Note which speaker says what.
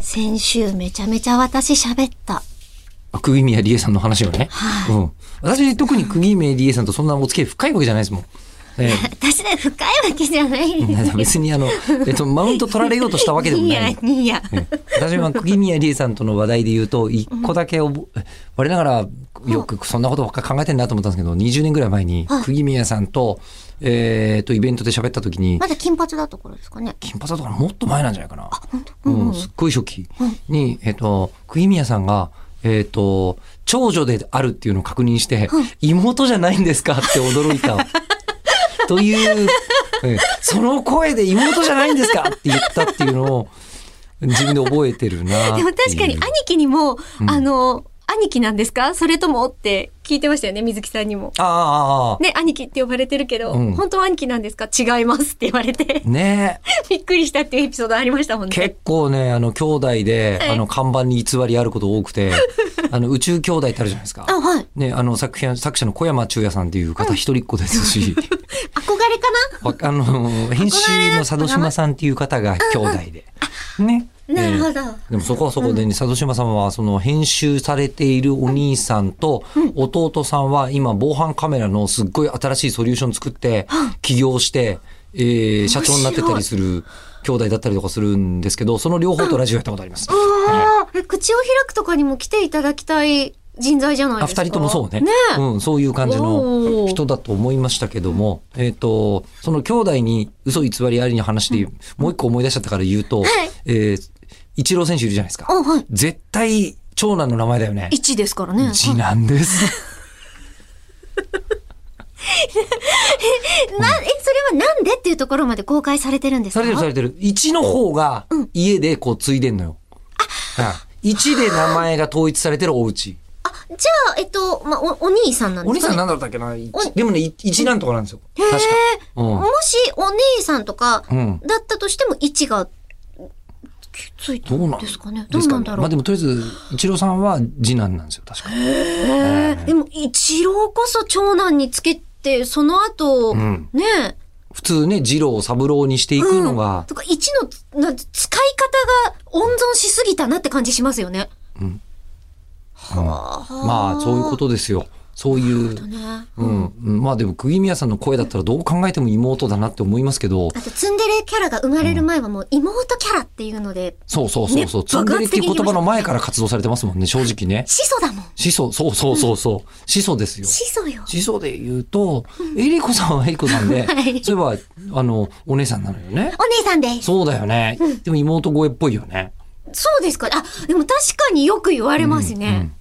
Speaker 1: 先週めちゃめちゃ私喋った。
Speaker 2: あ釘宮理恵さんの話をね。うん。私、特に釘宮理恵さんとそんなお付き合い深いわけじゃないですもん。え
Speaker 1: 私ね、深いわけじゃない です。
Speaker 2: え別にあの、えっと、マウント取られようとしたわけでもない。
Speaker 1: やいや。
Speaker 2: ええ私は釘宮理恵さんとの話題で言うと、一個だけ覚え、我ながらよくそんなことばっか考えてんなと思ったんですけど、20年ぐらい前に
Speaker 1: はい
Speaker 2: 釘宮さんと、えっと、イベントで喋った時に、
Speaker 1: まだ金髪だところですかね。
Speaker 2: 金髪だからもっと前なんじゃないかな。
Speaker 1: う
Speaker 2: うんん、すっごい初期に、えっ、と、釘宮さんが、えっ、と、長女であるっていうのを確認して、妹じゃないんですかって驚いた。という、えーその声で妹じゃないんですかって言ったっていうのを、自分で覚えてるなって
Speaker 1: で
Speaker 2: いう。
Speaker 1: も確かに兄貴にも、あの、兄貴なんですかそれともって聞いてましたよね、水木さんにも。
Speaker 2: ああああ、
Speaker 1: ね、兄貴って呼ばれてるけど、
Speaker 2: うん
Speaker 1: 本当は兄貴なんですか違いますって言われ て、
Speaker 2: ねえ
Speaker 1: びっくりしたっていうエピソードありましたもんね。
Speaker 2: 結構ね、あの、兄弟で、
Speaker 1: はい
Speaker 2: あの、看板に偽りあること多くて、あの、宇宙兄弟ってあるじゃないですか
Speaker 1: あ、。はい。
Speaker 2: ね、あの、作品、作者の小山中也さんっていう方一人っ子ですし。
Speaker 1: 憧れかな
Speaker 2: わ あの、編集の佐渡島さんっていう方が兄弟で。ね。
Speaker 1: なるほど
Speaker 2: えーでもそこはそこでね、佐渡島さんはその編集されているお兄さんと弟さんは今防犯カメラのすっごい新しいソリューション作って起業して、えー社長になってたりする兄弟だったりとかするんですけど、その両方とラジオやったことあります。
Speaker 1: あーえ口を開くとかにも来ていただきたい人材じゃない
Speaker 2: あ
Speaker 1: ですか。
Speaker 2: 二人ともそうね
Speaker 1: ねえ
Speaker 2: うん、そういう感じ
Speaker 1: お
Speaker 2: の
Speaker 1: ー
Speaker 2: 人だと思いましたけども、えっ、と、その兄弟に嘘偽りありの話で、もう一個思い出しちゃったから言うと、えー、一郎選手いるじゃないですか。
Speaker 1: あはい
Speaker 2: 絶対、長男の名前だよね。
Speaker 1: 一ですからね。
Speaker 2: 次男 です。
Speaker 1: な、え、それはなんでっていうところまで公開されてるんです
Speaker 2: さ
Speaker 1: か
Speaker 2: れてるされてる。一の方が、家でこう継いでんのよ。あ一で名前が統一されてるお家。
Speaker 1: あ、じゃあ、えっと、まあ、お、お兄さんなん
Speaker 2: お
Speaker 1: で
Speaker 2: 兄
Speaker 1: すか、
Speaker 2: さん
Speaker 1: ね、
Speaker 2: なんだったっけな一
Speaker 1: お
Speaker 2: でもね、い一男とかなんですよ。確か。うん
Speaker 1: もし、お姉さんとか、
Speaker 2: うん
Speaker 1: だったとしても、一が、きついた
Speaker 2: どうなんん
Speaker 1: ですかね。どうなんだろ
Speaker 2: ま
Speaker 1: う。
Speaker 2: あでもとりあえず、一郎さんは次男なんですよ、確かに。
Speaker 1: えーでも、一郎こそ長男につけて、その後、
Speaker 2: ん
Speaker 1: ねえ、
Speaker 2: 普通ね、二郎、三郎にしていくのが、
Speaker 1: とか、一の、な使い方が温存しすぎたなって感じしますよね。はあ
Speaker 2: まあそういうことですよ。そういう。
Speaker 1: とね。
Speaker 2: うん、うんまあでも、釘宮さんの声だったらどう考えても妹だなって思いますけど、
Speaker 1: あと、ツンデレキャラが生まれる前はもう妹キャラっていうので、
Speaker 2: そうそうそうそう、
Speaker 1: ね
Speaker 2: ツンデレっていう言
Speaker 1: 爆発的に言いまし
Speaker 2: 葉
Speaker 1: た
Speaker 2: の前から活動されてますもんね、正直ね。
Speaker 1: 始祖だもん。
Speaker 2: 始祖、そうそうそうそう、始祖ですよ。
Speaker 1: 始祖よ。
Speaker 2: 始祖で言うと、えりこさんはえりこさんで、
Speaker 1: はい
Speaker 2: そういえば、あの、お姉さんなのよね。
Speaker 1: お姉さんです。
Speaker 2: そうだよね。でも妹声っぽいよね。
Speaker 1: そうですか。あ、でも確かによく言われますね。